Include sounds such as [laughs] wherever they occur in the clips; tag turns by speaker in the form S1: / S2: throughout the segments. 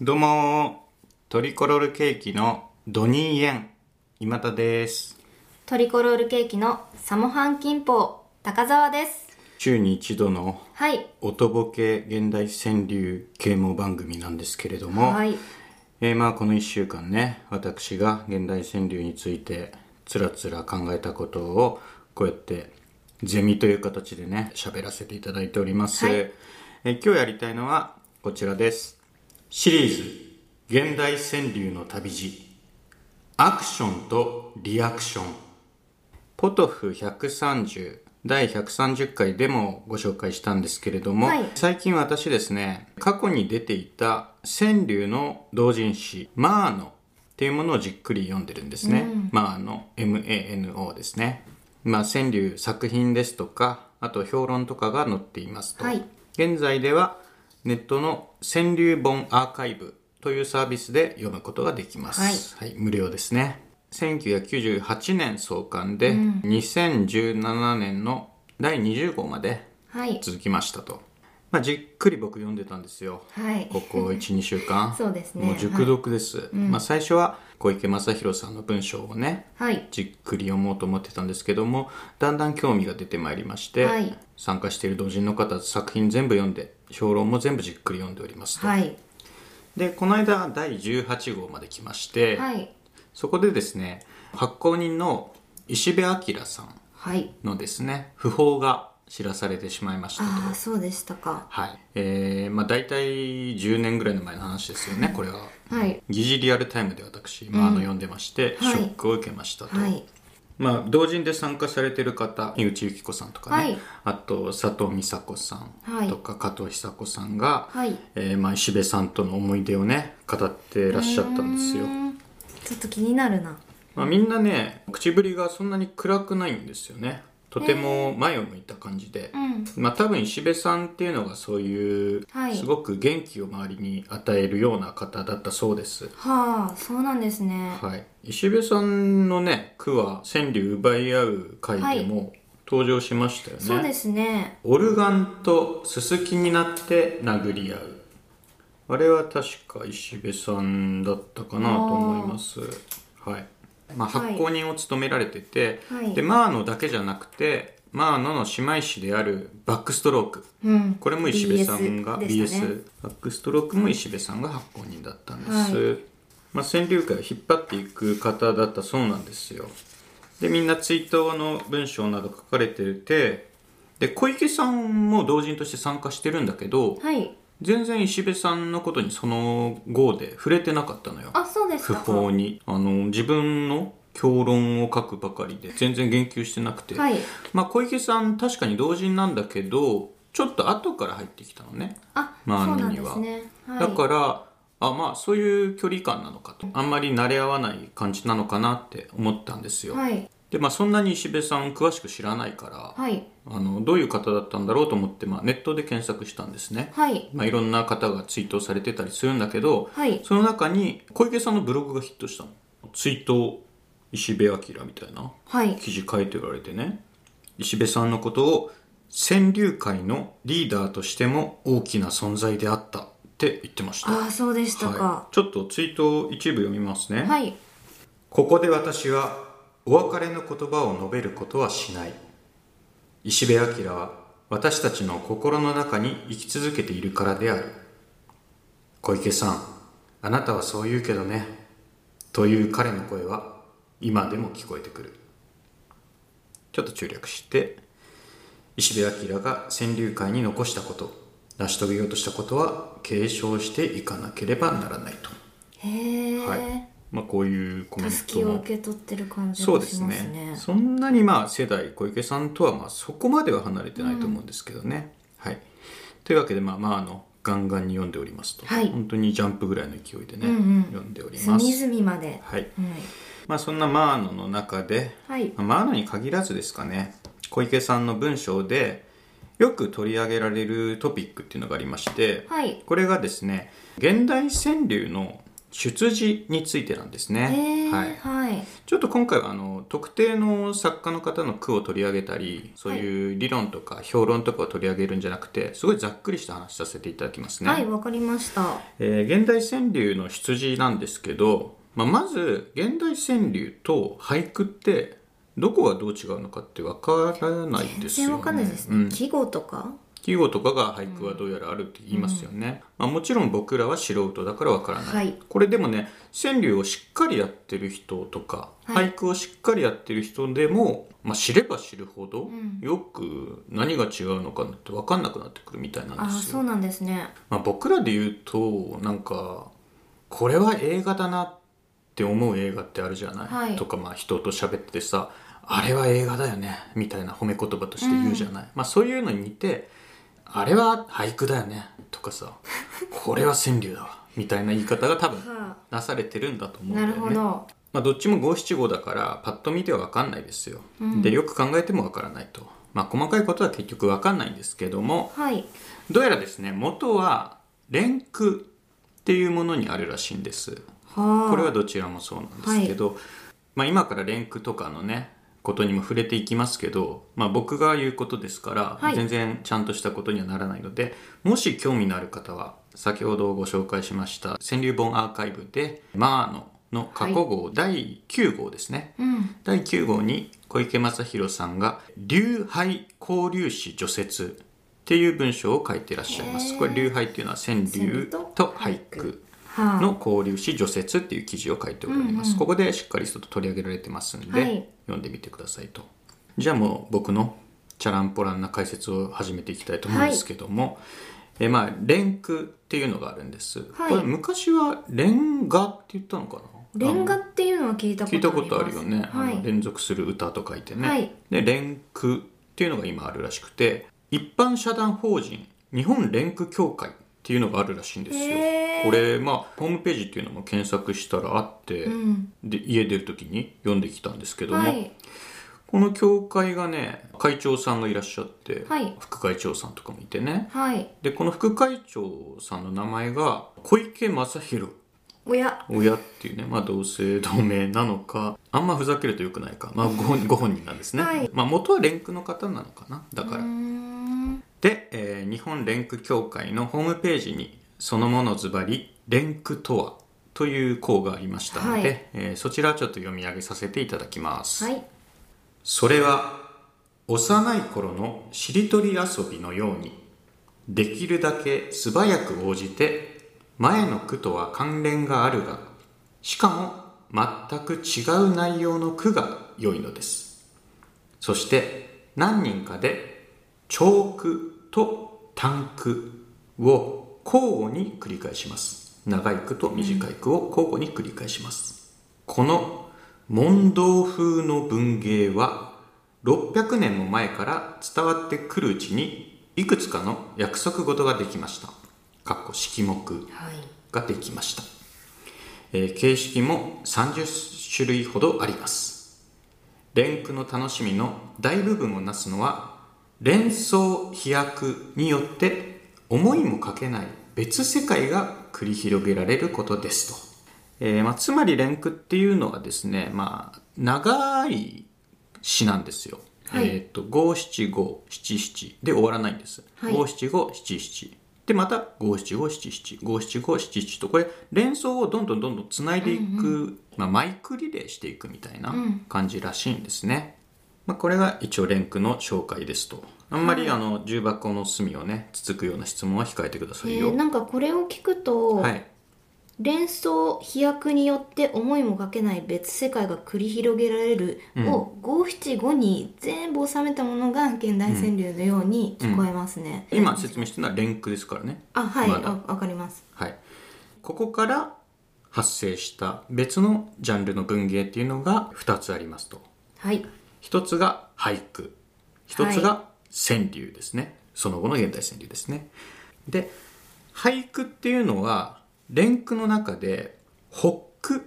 S1: どうもートリコロールケーキのドニーエン今田です
S2: トリコロールケーキのサモハン金峰高澤です
S1: 週に一度の
S2: はい
S1: おとぼけ現代川柳啓蒙番組なんですけれども、
S2: はい
S1: えーまあこの1週間ね私が現代川柳についてつらつら考えたことをこうやってゼミという形でね喋らせていただいております、
S2: はい
S1: えー今日やりたいのはこちらですシリーズ「現代川柳の旅路」アクションとリアクションポトフ130第130回でもご紹介したんですけれども、
S2: はい
S1: 最近私ですね過去に出ていた川柳の同人誌「マーノ」っていうものをじっくり読んでるんですね、マーノ MANO ですねまあ川柳作品ですとかあと評論とかが載っていますと、
S2: はい
S1: 現在ではネットの川柳本アーカイブというサービスで読むことができます、はい無料ですね1998年創刊で、2017年の第20号まで
S2: はい
S1: 続きましたと、まあ、じっくり僕読んでたんですよ
S2: はい
S1: ここ12週間
S2: そうですね
S1: もう熟読です、まあ、最初は小池正弘さんの文章をね
S2: はい
S1: じっくり読もうと思ってたんですけどもだんだん興味が出てまいりまして、
S2: はい
S1: 参加している同人の方作品全部読んで評論も全部じっくり読んでおりますと、
S2: はい
S1: でこの間第18号まで来まして、
S2: はい
S1: そこでですね発行人の石部明さん
S2: はい
S1: のですね訃報が知らされてしまいましたと
S2: ああそうでしたか
S1: はいえーまあ、大体10年ぐらいの前の話ですよねこれは
S2: はい
S1: 疑似リアルタイムで私、まあ、あの読んでまして、
S2: はい
S1: ショックを受けましたと、
S2: はい
S1: まあ、同人で参加されてる方井口由紀子さんとかね、
S2: はい
S1: あと佐藤美佐子さ
S2: は
S1: ん
S2: い
S1: とか、加藤久子さんが、
S2: はい
S1: えーまあ、石部さんとの思い出をね語ってらっしゃったんですよ
S2: う、ーんちょっと気になるな
S1: まあ、みんなね口ぶりがそんなに暗くないんですよねとても前を向いた感じで、
S2: うん
S1: まあ、多分石部さんっていうのがそういう、
S2: はい
S1: すごく元気を周りに与えるような方だったそうです
S2: はあそうなんですね
S1: はい、石部さんのね句は川柳奪い合う回でも登場しましたよね、
S2: そうですね
S1: オルガンとススキになって殴り合うあれは確か石部さんだったかなと思いますはい、まあ、
S2: はい
S1: 発行人を務められてて、
S2: はい
S1: でマーノだけじゃなくてマーノの姉妹誌であるバックストローク
S2: うん
S1: これも石部さんが BS,
S2: BS でしたね
S1: バックストロークも石部さんが発行人だったんです、
S2: は
S1: まあ、川柳界を引っ張っていく方だったそうなんですよでみんな追悼の文章など書かれててで小池さんも同人として参加してるんだけど、
S2: はい
S1: 全然石部さんのことにその号で触れてなかったのよ
S2: あそうでし
S1: 不
S2: たか
S1: 法にあの自分の評論を書くばかりで全然言及してなくて、
S2: はい
S1: まあ、小池さん確かに同人なんだけどちょっと後から入ってきたのね、
S2: あ
S1: まあ
S2: そうなんですねはい
S1: だからあまあそういう距離感なのかとあんまり慣れ合わない感じなのかなって思ったんですよ、
S2: はい
S1: でまあそんなに石部さん詳しく知らないから、
S2: はい
S1: あのどういう方だったんだろうと思って、まあ、ネットで検索したんですね、
S2: はい
S1: まあ、いろんな方が追悼されてたりするんだけど、
S2: はい
S1: その中に小池さんのブログがヒットしたの追悼石部明みたいな
S2: はい
S1: 記事書いておられてね石部さんのことを川柳界のリーダーとしても大きな存在であったって言ってました
S2: ああそうでした
S1: は
S2: か
S1: い、ちょっとツイートを一部読みますね、
S2: はい
S1: ここで私はお別れの言葉を述べることはしない石部明は私たちの心の中に生き続けているからである小池さんあなたはそう言うけどねという彼の声は今でも聞こえてくるちょっと注略して石部明が川柳界に残したこと成し遂げようとしたことは継承していかなければならないと、
S2: へえ、
S1: はいまあ、こういうコメントも
S2: 助けを受け取ってる感じ
S1: そう
S2: が
S1: で
S2: し
S1: す
S2: ま
S1: ね
S2: すね
S1: そんなにまあ世代小池さんとはまあそこまでは離れてないと思うんですけどね、はいというわけでまあまああのガンガンに読んでおりますと、
S2: はい
S1: 本当にジャンプぐらいの勢いでね、
S2: うんうん
S1: 読んでおります
S2: 隅々まで
S1: はい
S2: は
S1: まあそんなマーノの中で、
S2: い、はい、
S1: まあマーノに限らずですかね小池さんの文章でよく取り上げられるトピックっていうのがありまして、
S2: はい
S1: これがですね現代川柳の出自についてなんです
S2: え
S1: ね。
S2: ー、
S1: は
S2: はいい、、はい、
S1: ちょっと今回はあの特定の作家の方の句を取り上げたりそういう理論とか評論とかを取り上げるんじゃなくてすごいざっくりした話させていただきますね。
S2: わかりました。
S1: えー現代川柳の出自なんですけど、まあ、まず現代川柳と俳句ってどこがどう違うのかってわからない
S2: 全
S1: ですよ
S2: 然
S1: ね。
S2: わかんないですね。
S1: うん
S2: 季語とか。
S1: 季語とかが俳句はどうやらあるって言いますよね、まあ、もちろん僕らは素人だからわからない、
S2: はい
S1: これでもね川柳をしっかりやってる人とか、
S2: はい
S1: 俳句をしっかりやってる人でも、まあ、知れば知るほど、
S2: ん
S1: よく何が違うのかなって分かんなくなってくるみたいな
S2: あ
S1: ん
S2: ー、
S1: です
S2: そ
S1: よ
S2: う、なんですね。
S1: まあ、僕らで言うとなんかこれは映画だなって思う映画ってあるじゃない、
S2: はい
S1: とかまあ人と喋っててさあれは映画だよねみたいな褒め言葉として言うじゃない、まあそういうのに似てあれは俳句だよねとか
S2: [laughs]
S1: さこれは川柳だわみたいな言い方が多分
S2: は
S1: なされてるんだと思うんだ
S2: な
S1: よ
S2: る
S1: ね
S2: ほど。
S1: まあ、どっちも五七五だからパッと見ては分かんないですよ、
S2: うん
S1: でよく考えても分からないと、まあ、細かいことは結局分かんないんですけども、
S2: はい。
S1: どうやらですね元は連句っていうものにあるらしいんです
S2: はあ。
S1: これはどちらもそうなんですけど、まあ、今から連句とかのねことにも触れていきますけど、まあ、僕が言うことですから、
S2: はい
S1: 全然ちゃんとしたことにはならないのでもし興味のある方は先ほどご紹介しました川柳本アーカイブで「まあの」の過去号第9号ですね、
S2: うん。
S1: 第9号に小池正弘さんが「流廃交流史除雪」っていう文章を書いていらっしゃいます。
S2: へー
S1: これ流廃っていうのは川柳と俳句
S2: はあ。
S1: の交流史除雪っていう記事を書いておられます。
S2: うんうん
S1: ここでしっかりと取り上げられてますんで、
S2: はい
S1: 読んでみてくださいと。じゃあもう僕のチャランポランな解説を始めていきたいと思うんですけども、えまあ連句っていうのがあるんです。
S2: はい
S1: これ昔は連歌って言ったのかな？
S2: レンガっていうのは聞いたこと
S1: 聞いたことあるよね、
S2: あり
S1: あ
S2: ま
S1: の
S2: すはい。
S1: 連続する歌と書いてね、
S2: はい
S1: で連句っていうのが今あるらしくて一般社団法人日本連句協会っていうのがあるらしいんですよ
S2: へー
S1: これまあホームページっていうのも検索したらあって、
S2: うん。
S1: で家出る時に読んできたんですけども、
S2: はい。
S1: この協会がね会長さんがいらっしゃって、
S2: はい
S1: 副会長さんとかもいてね
S2: はい。
S1: でこの副会長さんの名前が小池正弘
S2: おや。
S1: 親っていうね、まあ、同姓同名なのかあんまふざけるとよくないか、まあ、ご本ご本人なんですね、
S2: はい
S1: まあ、元は連句の方なのかなだ
S2: う
S1: か
S2: ー
S1: ら
S2: ん。
S1: で、えー日本連句協会のホームページにそのものズバリ「連句とは」という項がありましたので、
S2: はい
S1: えーそちらちょっと読み上げさせていただきます、
S2: はい。
S1: それは幼い頃のしりとり遊びのようにできるだけ素早く応じて前の句とは関連があるがしかも全く違う内容の句が良いのですそして何人かで長句と短句を交互に繰り返します長い句と短い句を交互に繰り返します、この問答風の文芸は600年も前から伝わってくるうちにいくつかの約束事ができました。かっこ式目
S2: はい。
S1: ができました、えー形式も30種類ほどあります連句の楽しみの大部分をなすのは連想飛躍によって思いもかけない別世界が繰り広げられることですと、えーまあ、つまり連句っていうのはですね、まあ、長い詩なんですよ、
S2: はい
S1: えーと五七五七七で終わらないんです
S2: はい
S1: 五七五七七でまた五七五七七五七五七七とこれ連想をどんどんどんどんつないでいく、まあ、マイクリレーしていくみたいな
S2: うん
S1: 感じらしいんですね、まあ、これが一応連句の紹介ですとあんまり、
S2: はい
S1: あの重箱の隅をねつつくような質問は控えてくだ
S2: え
S1: さいよ、
S2: ー、なんかこれを聞くと、
S1: はい
S2: 連想飛躍によって思いもかけない別世界が繰り広げられる
S1: うん
S2: を五七五に全部収めたものが現代川柳のように聞こえますね。
S1: 今説明してるのは連句ですからね
S2: あはい、
S1: まだ
S2: あわかります。
S1: はい、ここから発生した別のジャンルの文芸っていうのが2つありますと
S2: はい
S1: 一つが俳句一つが川柳ですね、その後の現代川柳ですねで俳句っていうのは連句の中で発句っ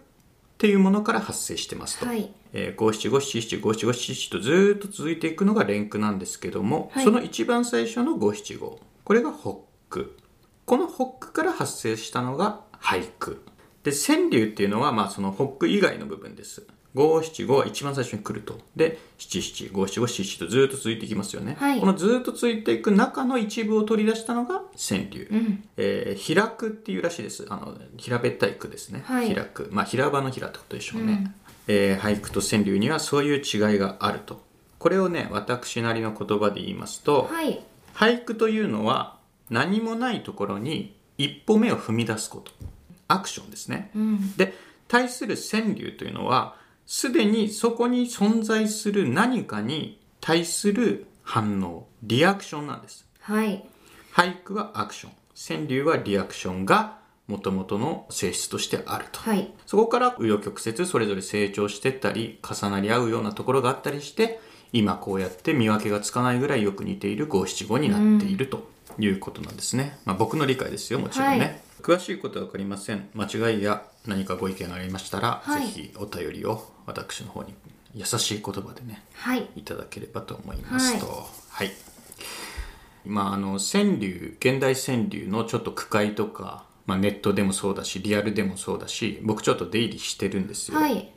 S1: ていうものから発生してますと、
S2: はい
S1: えー五七五七七五七五七七とずーっと続いていくのが連句なんですけども、
S2: はい
S1: その一番最初の五七五これがホックこのホックから発生したのが俳句で川柳っていうのはまあその北句以外の部分です五七五は一番最初に来るとで七七五七五七七とずっと続いていきますよね、
S2: はい
S1: このずっと続いていく中の一部を取り出したのが川柳、
S2: うん
S1: えー開くっていうらしいですあの平べったい句ですね、
S2: はい
S1: 開くまあ平場の平ってことでしょうね、
S2: うん
S1: えー俳句と川柳にはそういう違いがあるとこれをね私なりの言葉で言いますと、
S2: はい
S1: 俳句というのは何もないところに一歩目を踏み出すことアクションですね、
S2: うん
S1: で対する川柳というのはすでにそこに存在する何かに対する反応リアクションなんです
S2: はい
S1: 俳句はアクション川柳はリアクションが元々の性質としてあると、
S2: はい
S1: そこから紆余曲折それぞれ成長してったり重なり合うようなところがあったりして今こうやって見分けがつかないぐらいよく似ている五七五になっているということなんですね、まあ僕の理解ですよもちろんね、
S2: はい
S1: 詳しいことは分かりません間違いや何かご意見がありましたら、
S2: はい
S1: ぜひお便りを私の方に優しい言葉でね
S2: はい
S1: いただければと思いますとはい、まああの川柳現代川柳のちょっと句会とか、まあ、ネットでもそうだしリアルでもそうだし僕ちょっと出入りしてるんですよ、
S2: はい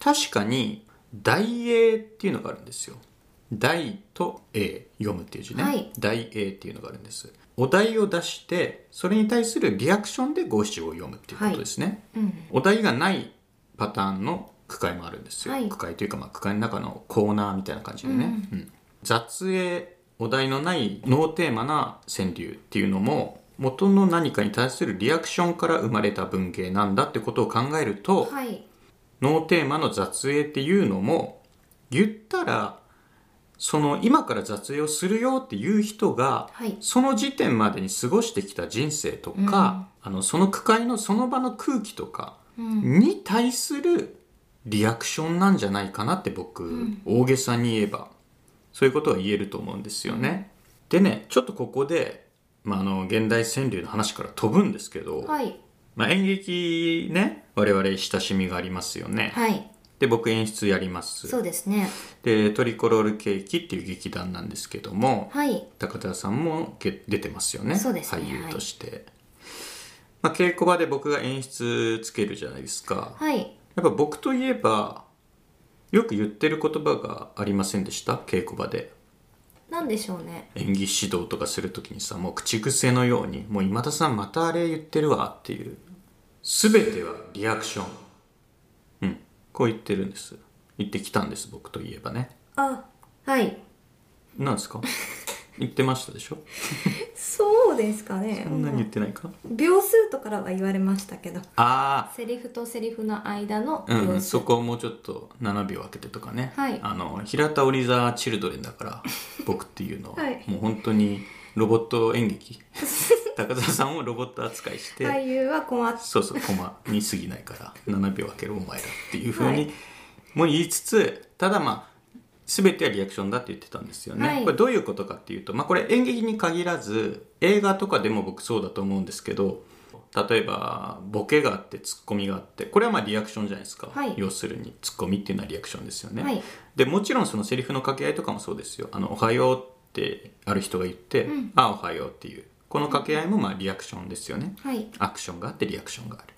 S1: 確かに「大英」っていうのがあるんですよ「大」と「英」読むっていう字ね「
S2: はい
S1: 大英」っていうのがあるんですお題を出してそれに対するリアクションで五七五を読むっていうことですね、
S2: うん
S1: お題がないパターンの句会もあるんですよ、
S2: はい
S1: 句会というか、まあ、句会の中のコーナーみたいな感じでね、うん雑営お題のないノーテーマな川柳っていうのも元の何かに対するリアクションから生まれた文芸なんだってことを考えると、
S2: はい
S1: ノーテーマの雑営っていうのも言ったらその今から雑営をするよっていう人が、
S2: はい
S1: その時点までに過ごしてきた人生とか、あのその区会のその場の空気とか
S2: うん
S1: に対するリアクションなんじゃないかなって僕、
S2: ん
S1: 大げさに言えばそういうことは言えると思うんですよね。でねちょっとここで、まあ、あの現代川柳の話から飛ぶんですけど、
S2: はい
S1: まあ、演劇ね我々親しみがありますよね、
S2: はい
S1: で僕演出やります
S2: そうですね
S1: でトリコロールケーキっていう劇団なんですけども、
S2: はい
S1: 高田さんもけ出てますよね
S2: そうですね
S1: 俳優として、まあ、稽古場で僕が演出つけるじゃないですか、
S2: はい
S1: やっぱ僕といえばよく言ってる言葉がありませんでした稽古場で
S2: なんでしょうね
S1: 演技指導とかするときにさもう口癖のように「もう今田さんまたあれ言ってるわ」っていう「全てはリアクション」うんこう言ってるんです言ってきたんです僕といえばね
S2: あはい
S1: なんです [laughs] か言ってましたでしょ
S2: そうですかね
S1: そんなに言ってないか
S2: 秒数とからは言われましたけど
S1: あ
S2: セリフとセリフの間の
S1: あうん
S2: 秒数、
S1: そこをもうちょっと7秒空けてとかね、
S2: はい
S1: あの平田織沢チルドレンだ [laughs] から僕っていうのは、
S2: はい
S1: もう本当にロボット演 [laughs] 劇高田さんをロボット扱いして、
S2: 俳優は困って
S1: そうそう、コマに過ぎないから、7秒空けるお前らっていうふうに、
S2: はい
S1: もう言いつつ、ただまあ、すべてはリアクションだって言ってたんですよね。
S2: はい
S1: これどういうことかっていうと、まあこれ演劇に限らず、映画とかでも僕そうだと思うんですけど、例えば、ボケがあってツッコミがあって、これはまあリアクションじゃないですか。
S2: はい
S1: 要するに、ツッコミっていうのはリアクションですよね。
S2: はい
S1: でもちろんそのセリフの掛け合いとかもそうですよ「あのおはよう」ってある人が言って「
S2: うん
S1: あおはよう」っていうこの掛け合いもまあリアクションですよね、
S2: はい
S1: アクションがあってリアクションがある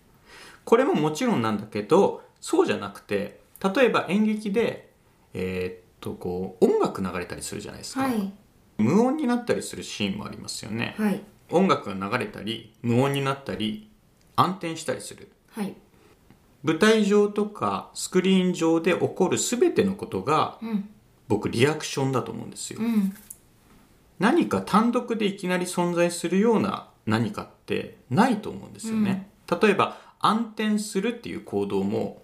S1: これももちろんなんだけどそうじゃなくて例えば演劇でえーっとこう音楽流れたりするじゃないですか、
S2: はい
S1: 無音になったりするシーンもありますよね、
S2: はい
S1: 音楽が流れたり無音になったり暗転したりする
S2: はい
S1: 舞台上とかスクリーン上で起こる全てのことが
S2: うん
S1: 僕リアクションだと思うんですよ、
S2: うん
S1: 何か単独でいきなり存在するような何かってないと思うんですよね、例えば暗転するっていう行動も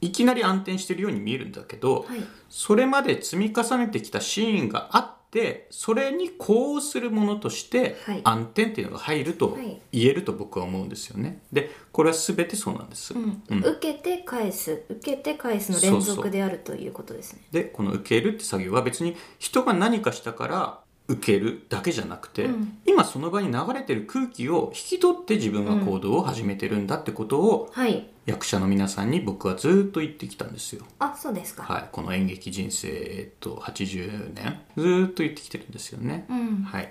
S1: いきなり暗転してるように見えるんだけど、
S2: はい
S1: それまで積み重ねてきたシーンがあってそれに呼応するものとして
S2: はい
S1: 暗転っていうのが入ると
S2: はい
S1: 言えると僕は思うんですよねでこれは全てそうなんです、
S2: うん
S1: うん
S2: 受けて返す受けて返すの連続であるということですね
S1: でこの受けるって作業は別に人が何かしたから受けるだけじゃなくて、
S2: うん
S1: 今その場に流れてる空気を引き取って自分が行動を始めてるんだってことを
S2: はい
S1: 役者の皆さんに僕はずっと言ってきたんですよ。
S2: あそうですか、
S1: はい、この演劇人生、えっと、80年ずっと言ってきてるんですよね。
S2: うん
S1: はい、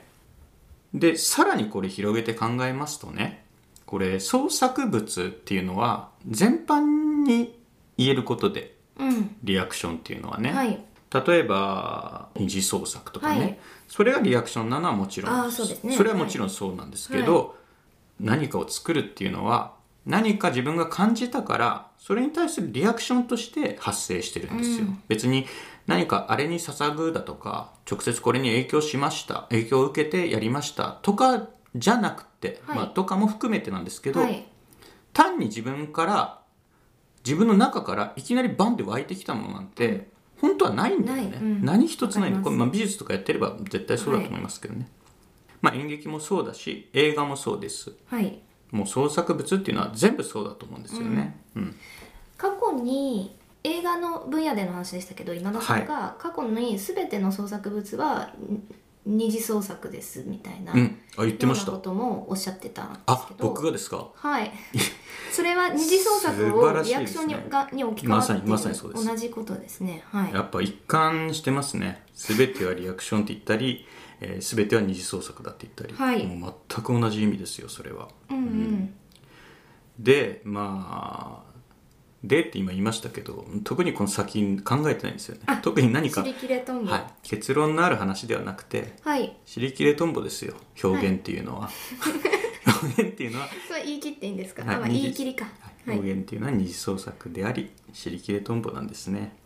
S1: でさらにこれ広げて考えますとねこれ創作物っていうのは全般に言えることで
S2: うん
S1: リアクションっていうのはね、
S2: はい
S1: 例えば二次創作とかね、
S2: はい
S1: それがリアクションなのはもちろん
S2: あーそうですね
S1: れはもちろんそうなんですけど、何かを作るっていうのは何か自分が感じたからそれに対するリアクションとして発生してるんですよ、
S2: うん
S1: 別に何かあれに捧ぐだとか直接これに影響しました影響を受けてやりましたとかじゃなくて、
S2: はい
S1: まあ、とかも含めてなんですけど、
S2: はい
S1: 単に自分から自分の中からいきなりバンで湧いてきたものなんて本当はないんだよ
S2: な
S1: ね、
S2: いうん
S1: 何一つない
S2: わかります
S1: これ、まあ、美術とかやってれば絶対そうだと思いますけどね、まあ演劇もそうだし映画もそうです
S2: はい
S1: もう創作物っていうのは全部そうだと思うんですよね、うん
S2: 過去に映画の分野での話でしたけど今田さんが過去に全ての創作物はん二次創作ですみたいな、
S1: うん
S2: よ
S1: あ言って
S2: う
S1: ま
S2: な
S1: した
S2: こともおっしゃってたんです
S1: あ
S2: けど
S1: 僕がですか
S2: はいそれは二次創作
S1: 素晴
S2: を
S1: らしい
S2: リ
S1: ですね
S2: アクションに,、がに置き換わっている
S1: まさにまさにそうです
S2: 同じことですねはい
S1: やっぱ一貫してますね全てはリアクションって言ったり、えー、全ては二次創作だって言ったり、
S2: はい
S1: もう全く同じ意味ですよそれは
S2: うんうん
S1: でまあでって今言いましたけど特にこの先考えてないんですよね
S2: あ
S1: 特に何
S2: 知
S1: か、
S2: りきれとんぼ
S1: はい、結論のある話ではなくて
S2: はい、
S1: 知り切れとんぼですよ表現っていうのは、 [laughs] 表現っていうのは、
S2: それ言い切っていいんですか、
S1: はい
S2: あまあ
S1: 二次
S2: 言い切りか
S1: はい
S2: はい、
S1: 表現っていうのは二次創作であり知り切れとんぼなんですね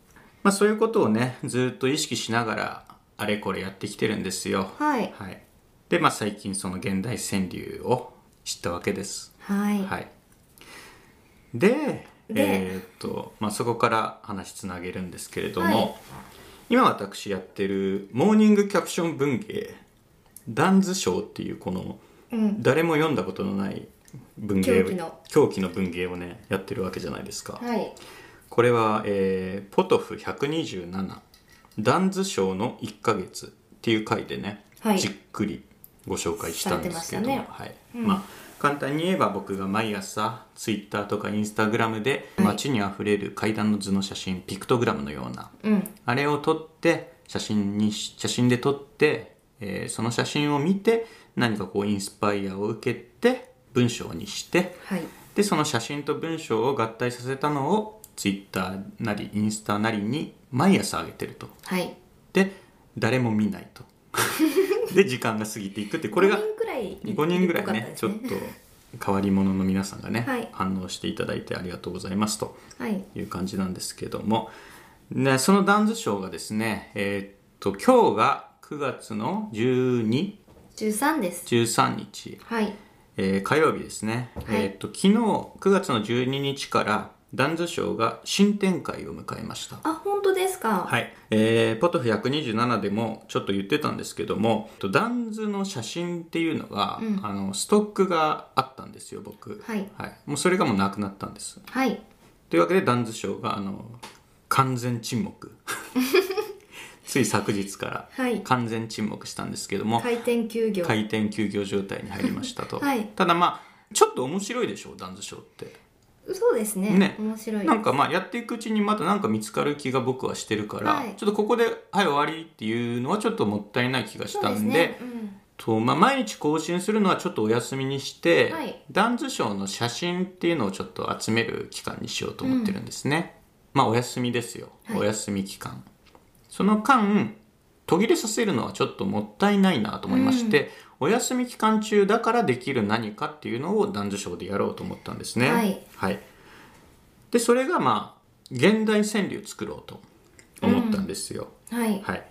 S1: まあそういうことをねずっと意識しながらあれこれやってきてるんですよ
S2: はい
S1: はい、でまあ最近その現代川柳を知ったわけです
S2: はい
S1: はい、で
S2: で
S1: えーっと、まあ、そこから話つなげるんですけれども、
S2: はい
S1: 今私やってる「モーニングキャプション文芸」「ダンズ賞」っていうこの
S2: うん
S1: 誰も読んだことのない文芸
S2: 狂気の
S1: 狂気の文芸をねやってるわけじゃないですか、
S2: はい
S1: これは、えーポトフ127「ダンズ賞の1ヶ月」っていう回でね、
S2: はい
S1: じっくりご紹介したんですけども
S2: されてま
S1: はい
S2: うん
S1: まあ簡単に言えば僕が毎朝ツイッターとかインスタグラムで
S2: はい
S1: 街にあふれる階段の図の写真ピクトグラムのような
S2: うん
S1: あれを撮って写真にし写真で撮って、えーその写真を見て何かこうインスパイアを受けて文章にして
S2: はい
S1: でその写真と文章を合体させたのをツイッターなりインスタなりに毎朝上げてると
S2: はい
S1: で誰も見ないと [laughs] で時間が過ぎていくってこれが
S2: 5人くらい
S1: 5人ぐらいね
S2: よかったです
S1: ちょっと変わり者の皆さんがね、
S2: はい
S1: 反応していただいてありがとうございますと
S2: はい
S1: いう感じなんですけどもねそのダンズ賞がですねえーっと今日が9月の1213
S2: 13です
S1: 日
S2: はい
S1: えー火曜日ですね、えーっと昨日9月の12日からダンズ賞が新展開を迎えました
S2: あ本当ですか
S1: はいい、えーポトフ127でもちょっと言ってたんですけどもえっとダンズの写真っていうのが、
S2: うん
S1: あのストックがあったんですよ僕
S2: はい
S1: もうそれがもうなくなったんです
S2: はい
S1: というわけでダンズ賞があの完全沈
S2: [laughs]
S1: 黙つい昨日から
S2: はい
S1: 完全沈黙したんですけども、
S2: 回転休業
S1: 回転休業状態に入りましたと、
S2: はい
S1: ただまあちょっと面白いでしょダンズショーって
S2: そうですね
S1: ね
S2: 面白い
S1: なんかまあやっていくうちにまたなんか見つかる気が僕はしてるから、
S2: はい
S1: ちょっとここで「はい終わり」っていうのはちょっともったいない気がし
S2: そ
S1: た
S2: うです
S1: んで
S2: ね
S1: とまあ、毎日更新するのはちょっとお休みにして、
S2: はい
S1: ダンズショーの写真っていうのをちょっと集める期間にしようと思ってるんですね、まあお休みですよ、
S2: はい
S1: お休み期間その間途切れさせるのはちょっともったいないなと思いまして、お休み期間中だからできる何かっていうのをダンズショーでやろうと思ったんですね
S2: はい、
S1: はいでそれがまあ現代川柳作ろうと思ったんですよ、
S2: うんはい
S1: はい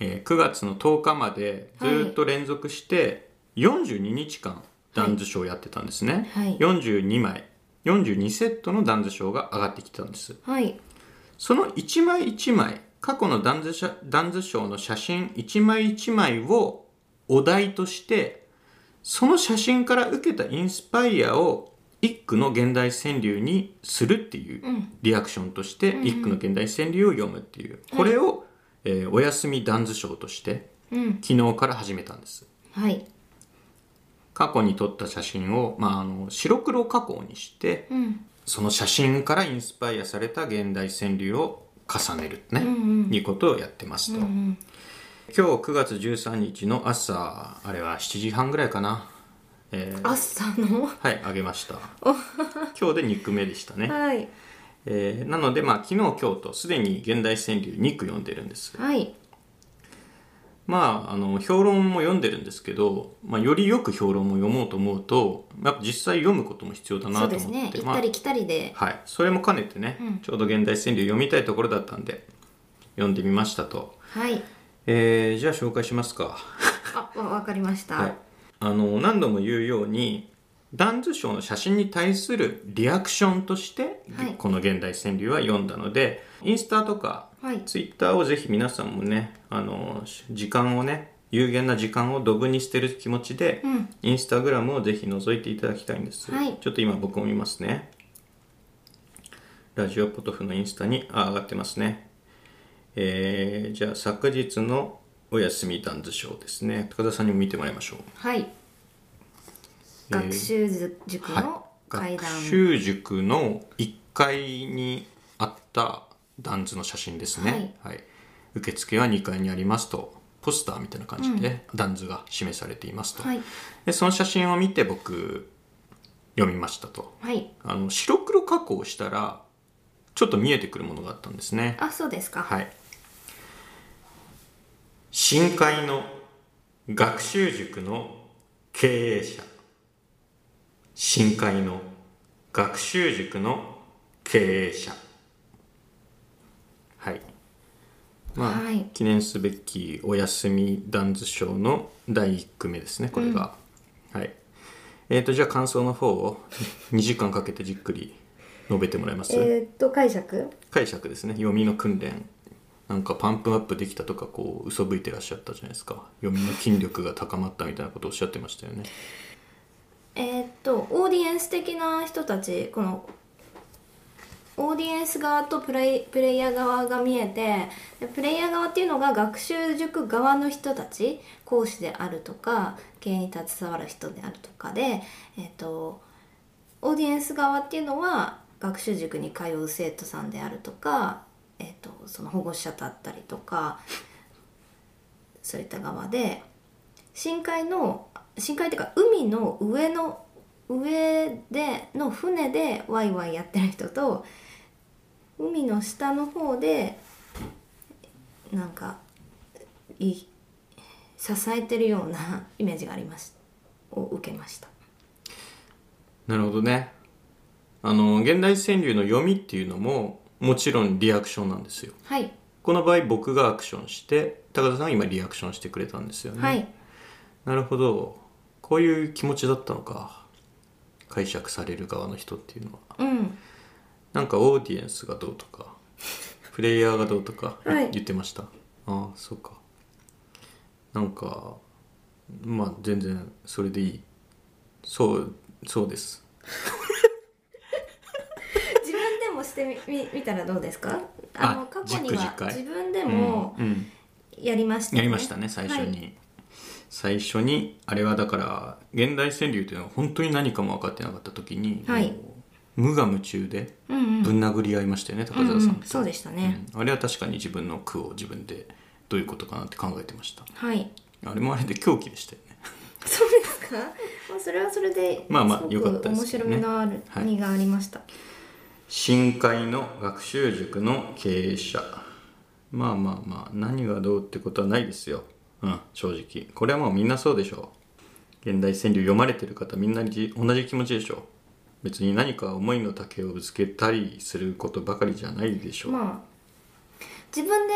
S1: えー9月の10日までずっと連続して42日間ダンズショーやってたんですね、
S2: はい
S1: 42枚42セットのダンズショーが上がってきたんです
S2: はい
S1: その1枚1枚過去のダンズシャダンズショーの写真1枚1枚をお題としてその写真から受けたインスパイアを一句の現代川柳にするっていう
S2: うん
S1: リアクションとして一句の現代川柳を読むっていう、これを、えーお休みダンズショーとして
S2: うん
S1: 昨日から始めたんです
S2: はい
S1: 過去に撮った写真を、まあ、あの白黒加工にして
S2: うん
S1: その写真からインスパイアされた現代川柳を重ねるね、
S2: うんうん
S1: いうことをやってます
S2: う
S1: と、
S2: んうん
S1: 今日9月13日の朝あれは7時半ぐらいかなえー
S2: 朝の
S1: はいあげました今日で2句目でしたね、
S2: はい
S1: えーなのでまあ昨日今日とすでに現代川柳2句読んでるんです
S2: はい
S1: まああの評論も読んでるんですけど、まあ、よりよく評論も読もうと思うとやっぱ実際読むことも必要だな
S2: そう
S1: と思っ
S2: で
S1: て
S2: すね行
S1: ま
S2: っ
S1: あ
S2: たり来たりで、
S1: はい、それも兼ねてね、
S2: うん
S1: ちょうど現代川柳読みたいところだったんで読んでみましたと、
S2: はい
S1: えーじゃあ紹介しますか
S2: あわわかりました、
S1: はい、あの何度も言うようにダンズ賞の写真に対するリアクションとして、
S2: はい
S1: この現代川柳は読んだのでインスタとか
S2: はい
S1: ツイッターをぜひ皆さんもねあのし時間をね有限な時間をドブに捨てる気持ちで、
S2: うん
S1: インスタグラムをぜひ覗いていただきたいんです、
S2: はい
S1: ちょっと今僕も見ますねラジオポトフのインスタにあ上がってますねえーじゃあ昨日のお休みダンズショーですね高田さんにも見てもらいましょう
S2: はい
S1: えー
S2: 学習塾の
S1: はい、
S2: 階段、
S1: 学習塾の1階にあったダンズの写真ですね、はい受付は2階にありますとポスターみたいな感じで、ダンズが示されていますと、
S2: はい
S1: でその写真を見て僕読みましたと
S2: はい
S1: あの白黒加工をしたらちょっと見えてくるものがあったんですね
S2: あそうですか、
S1: はい深海の学習塾の経営者深海の学習塾の経営者はいまあ、
S2: はい
S1: 記念すべきお休みダンズ賞の第1句目ですねこれが、はいえー、とじゃあ感想の方を2 [laughs] 時間かけてじっくり述べてもらえます、
S2: えー、っと解釈
S1: 解釈ですね読みの訓練なんかパンプアップできたとかこう嘘吹いてらっしゃったじゃないですか読みの筋力が高まったみたいなことをおっしゃってましたよね
S2: えーっとオーディエンス的な人たちこのオーディエンス側とプレイプレイヤー側が見えてでプレイヤー側っていうのが学習塾側の人たち講師であるとか経営に携わる人であるとかで、えーっとオーディエンス側っていうのは学習塾に通う生徒さんであるとか、えーっとその保護者だったりとかそういった側で深海の深海っていうか海の上の上での船でワイワイやってる人と海の下の方でなんかい支えてるような [laughs] イメージがありましを受けました
S1: なるほどねあの現代川柳の読みっていうのももちろんリアクションなんですよ
S2: はい、
S1: この場合僕がアクションして高田さんが今リアクションしてくれたんですよね、
S2: はい
S1: なるほどこういう気持ちだったのか解釈される側の人っていうのは
S2: うん
S1: なんかオーディエンスがどうと
S2: [laughs]
S1: かプレイヤーがどうとか
S2: はい
S1: 言ってました、ああそうかなんかまあ全然それでいいそうそうです
S2: 自分でもしてみみ見たらどうですかあの
S1: あ
S2: 過去に
S1: じ
S2: は
S1: くじかい
S2: 自分でも
S1: うんうん
S2: やりました
S1: やりましたね最初に、
S2: はい
S1: 最初にあれはだから現代川柳というのは本当に何かも分かってなかった時に、
S2: はい
S1: もう無我夢中で
S2: うんうん
S1: ぶん殴り合いましたよね、高
S2: うん
S1: 澤
S2: う
S1: さん
S2: ん、
S1: と
S2: そうでしたね、
S1: うんあれは確かに自分の句を自分でどういうことかなって考えてました
S2: はい
S1: あれもあれで狂気でしたよね。
S2: そうですか。まあそれはそれで、
S1: まあまあ
S2: すごく
S1: 良かったですけどね
S2: 面白みのある、
S1: はい
S2: 荷がありました。
S1: 深海の学習塾の経営者。まあまあまあ、何がどうってことはないですよ。うん、正直。これはもうみんなそうでしょう。現代川柳読まれてる方みんなじ同じ気持ちでしょう。別に何か思いの丈をぶつけたりすることばかりじゃないでしょう。
S2: まあ自分で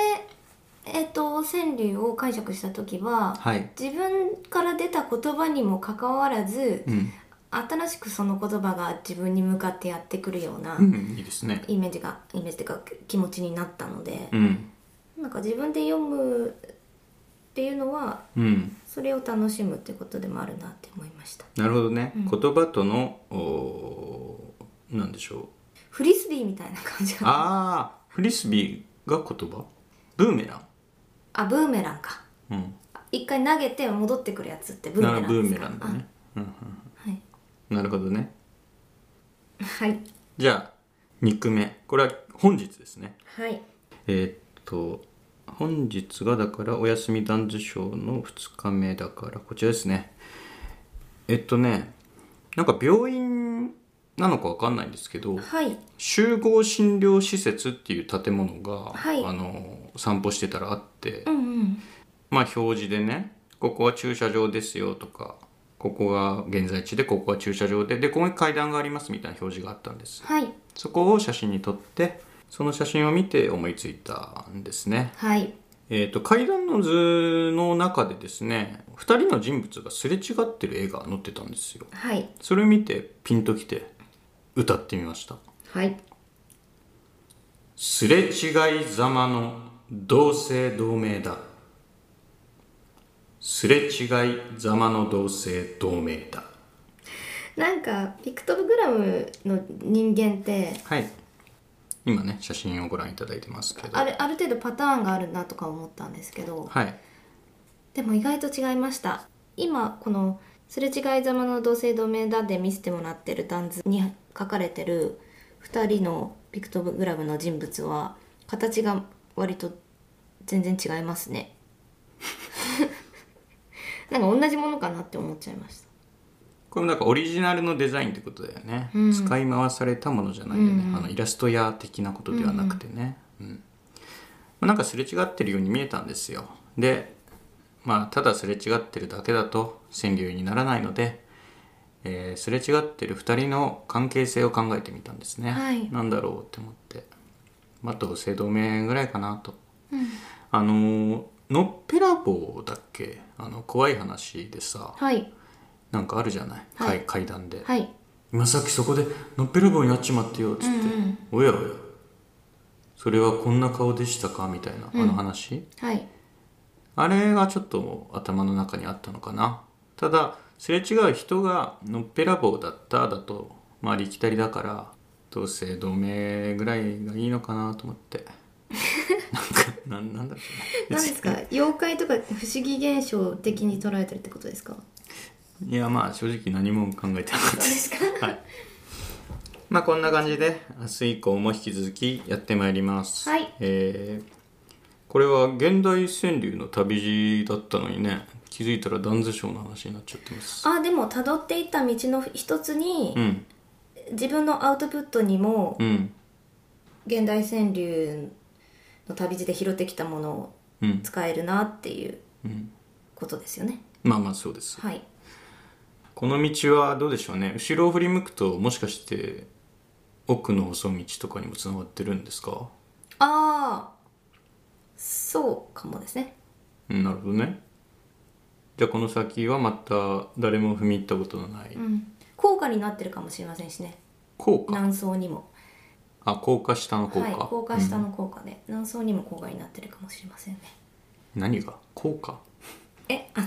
S2: えっ、と川柳を解釈した時は、
S1: はい。
S2: 自分から出た言葉にもかかわらず、
S1: うん。
S2: 新しくその言葉が自分に向かってやってくるような
S1: うん、いいですね。
S2: イメージが、イメージというか気持ちになったので
S1: う、ん。
S2: なんか自分で読むっていうのは
S1: うん。
S2: それを楽しむってことでもあるなって思いました。
S1: なるほどね。
S2: うん
S1: 言葉との、おーなんでしょう。
S2: フリスビーみたいな感じが。
S1: ああ、フリスビーが言葉ブーメラン。
S2: あ、ブーメランか。
S1: うん。
S2: 一回投げて戻ってくるやつってブー
S1: な
S2: メラ
S1: ら
S2: ン
S1: ブー
S2: で
S1: メ
S2: すか
S1: ランだね。うんうん
S2: あはい、
S1: うん、なるほどね。
S2: はい、
S1: じゃあ、2句目。これは本日ですね。
S2: はい、
S1: えーっと、本日がだからお休み男女賞の2日目だから、こちらですね。えっとねなんか病院なのかわかんないんですけど
S2: はい
S1: 集合診療施設っていう建物が、
S2: はい
S1: あの散歩してたらあって、
S2: うんうん
S1: まあ表示でねここは駐車場ですよとかここが現在地でここは駐車場ででここに階段がありますみたいな表示があったんです
S2: はい
S1: そこを写真に撮ってその写真を見て思いついたんですね
S2: はい
S1: えー、と階段の図の中でですね2人の人物がすれ違ってる絵が載ってたんですよ
S2: はい
S1: それを見てピンときて歌ってみました
S2: はい
S1: 「すれ違いざまの同姓同名だ」「すれ違いざまの同姓同名だ
S2: なんかピクトグラムの人間って」
S1: はい今ね写真をご覧いただいてますけど
S2: あるある程度パターンがあるなとか思ったんですけど
S1: はい
S2: でも意外と違いました今この「すれ違いざまの同姓同名だ」で見せてもらってる段図に書かれてる2人のピクトグラムの人物は形が割と全然違いますね [laughs] なんか同じものかなって思っちゃいました
S1: これなんかオリジナルのデザインってことだよね、
S2: うん
S1: 使い回されたものじゃないよね、あのイラストや的なことではなくてね、うんまあなんかすれ違ってるように見えたんですよでまあただすれ違ってるだけだと川柳にならないので、えーすれ違ってる2人の関係性を考えてみたんですね、
S2: はい
S1: なんだろうって思ってまあ同姓同名ぐらいかなと
S2: うん
S1: あのーのっぺらぼうだっけあの怖い話でさ
S2: はい
S1: なんかあるじゃない、
S2: は
S1: 階
S2: い
S1: 階段で、
S2: はい
S1: 今さっきそこでのっぺらぼうになっちまってよっつって、おやおやそれはこんな顔でしたかみたいなあの話、
S2: はい
S1: あれがちょっと頭の中にあったのかなただすれ違う人がのっぺらぼうだっただとまあありきたりだから同姓同名ぐらいがいいのかなと思って [laughs] なんかなんなんだろう
S2: 何ですか妖怪とか不思議現象的に捉えてるってことですか
S1: いやまあ正直何も考えてなかったで
S2: そうですすか
S1: はいまあこんな感じで明日以降も引き続きやってまいります
S2: はい
S1: えーこれは現代川柳の旅路だったのにね気づいたらダンズショーの話になっちゃってます
S2: あでも辿っていった道の一つに、
S1: うん
S2: 自分のアウトプットにも
S1: うん
S2: 現代川柳の旅路で拾ってきたものを
S1: うん
S2: 使えるなっていう
S1: うん
S2: ことですよね
S1: まあまあそうです
S2: はい
S1: この道はどうでしょうね後ろを振り向くともしかして奥の細道とかにもつながってるんですか
S2: ああそうかもですね
S1: うんなるほどねじゃあこの先はまた誰も踏み入ったことのない
S2: うん効果になってるかもしれませんしね
S1: 効果
S2: 南宋にも
S1: あ高架下の高架、
S2: はい高架下の効果で、南宋にも効果になってるかもしれませんね
S1: うん何が高架
S2: えあの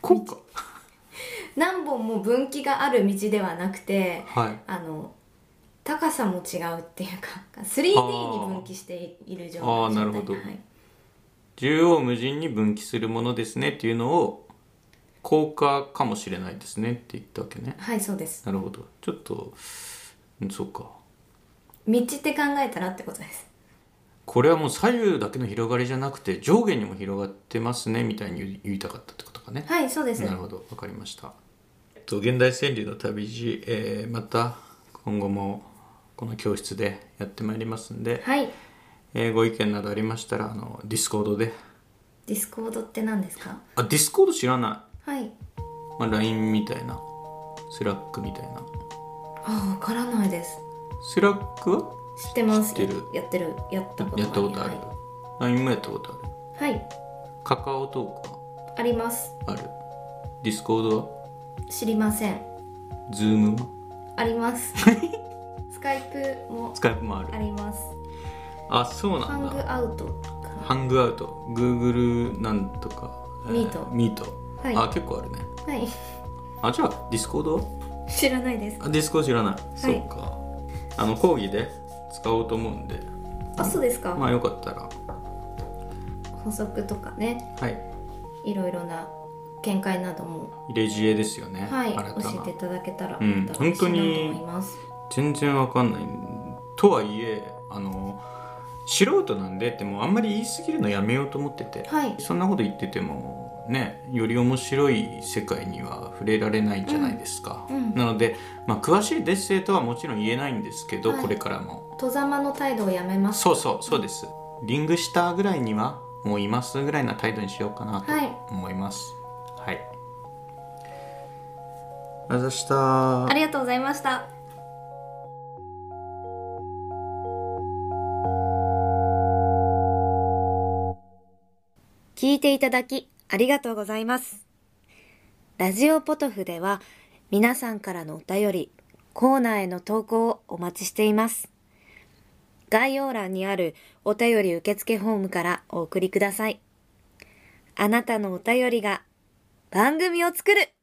S1: 高架
S2: 何本も分岐がある道ではなくて
S1: はい
S2: あの高さも違うっていうか 3D に分岐している状態
S1: あーなるほど
S2: はい、
S1: 縦横無尽に分岐するものですねっていうのを高架かもしれないですねって言ったわけね
S2: はい、そうです
S1: なるほどちょっとうんそうか
S2: 道って考えたらってことです
S1: これはもう左右だけの広がりじゃなくて上下にも広がってますねみたいに言い言いたかったってことかね
S2: はいそうです
S1: なるほど、わかりました。えっと現代川柳の旅路、えーまた今後もこの教室でやってまいりますんで、
S2: はい
S1: えーご意見などありましたらあのディスコードで、
S2: ディスコードって何ですか
S1: あディスコード知らな
S2: はい
S1: い、まあ LINE みたいな、スラックみたいな、
S2: ああ分からないです
S1: スラックは
S2: 知ってます
S1: 知ってる
S2: やってるやったこと
S1: やったことある、LINE もやったことある、
S2: はい、はい
S1: カカオトーク
S2: あります
S1: はある、ディスコードは
S2: 知りません
S1: ズームも
S2: あります
S1: [laughs]
S2: スカイプも
S1: スカイプもある
S2: あ。ります
S1: あそうな
S2: ハン
S1: ん
S2: グ
S1: だ。
S2: アウトか
S1: ハングアウト、Google なんとか、
S2: ミート
S1: ミート。
S2: なは
S1: あ
S2: い
S1: 結構あるね
S2: はい
S1: あじゃあディスコード
S2: 知らないです
S1: あディスコード知らない、そうかあの講義で使おうと思うんで
S2: あそうですか、
S1: まあよかったら
S2: 補足とかね
S1: はい
S2: いろいろな見解なども、
S1: 入れ知恵ですよね、
S2: はい、
S1: 新たな
S2: 教えていただけたら、
S1: うん
S2: また嬉しい
S1: 本当
S2: なと
S1: に
S2: 思います。
S1: 全然わかんないとはいえあの素人なんでってもうあんまり言い過ぎるのやめようと思ってて、
S2: はい
S1: そんなこと言っててもねより面白い世界には触れられないんじゃないですか、
S3: うんうん
S1: なので、まあ、詳しいデッセイとはもちろん言えないんですけど、
S3: はい
S1: これからも
S3: 戸ざまの態度をやめます
S1: そうそうそうですリングしたぐらいにはもういますぐらいな態度にしようかなと
S3: はい
S1: 思いますはい、ありがとうございました
S3: ありがとうございました
S2: 聞いていただきありがとうございます。ラジオポトフでは皆さんからのお便り、コーナーへの投稿をお待ちしています。概要欄にあるお便り受付フォームからお送りください。あなたのお便りが番組を作る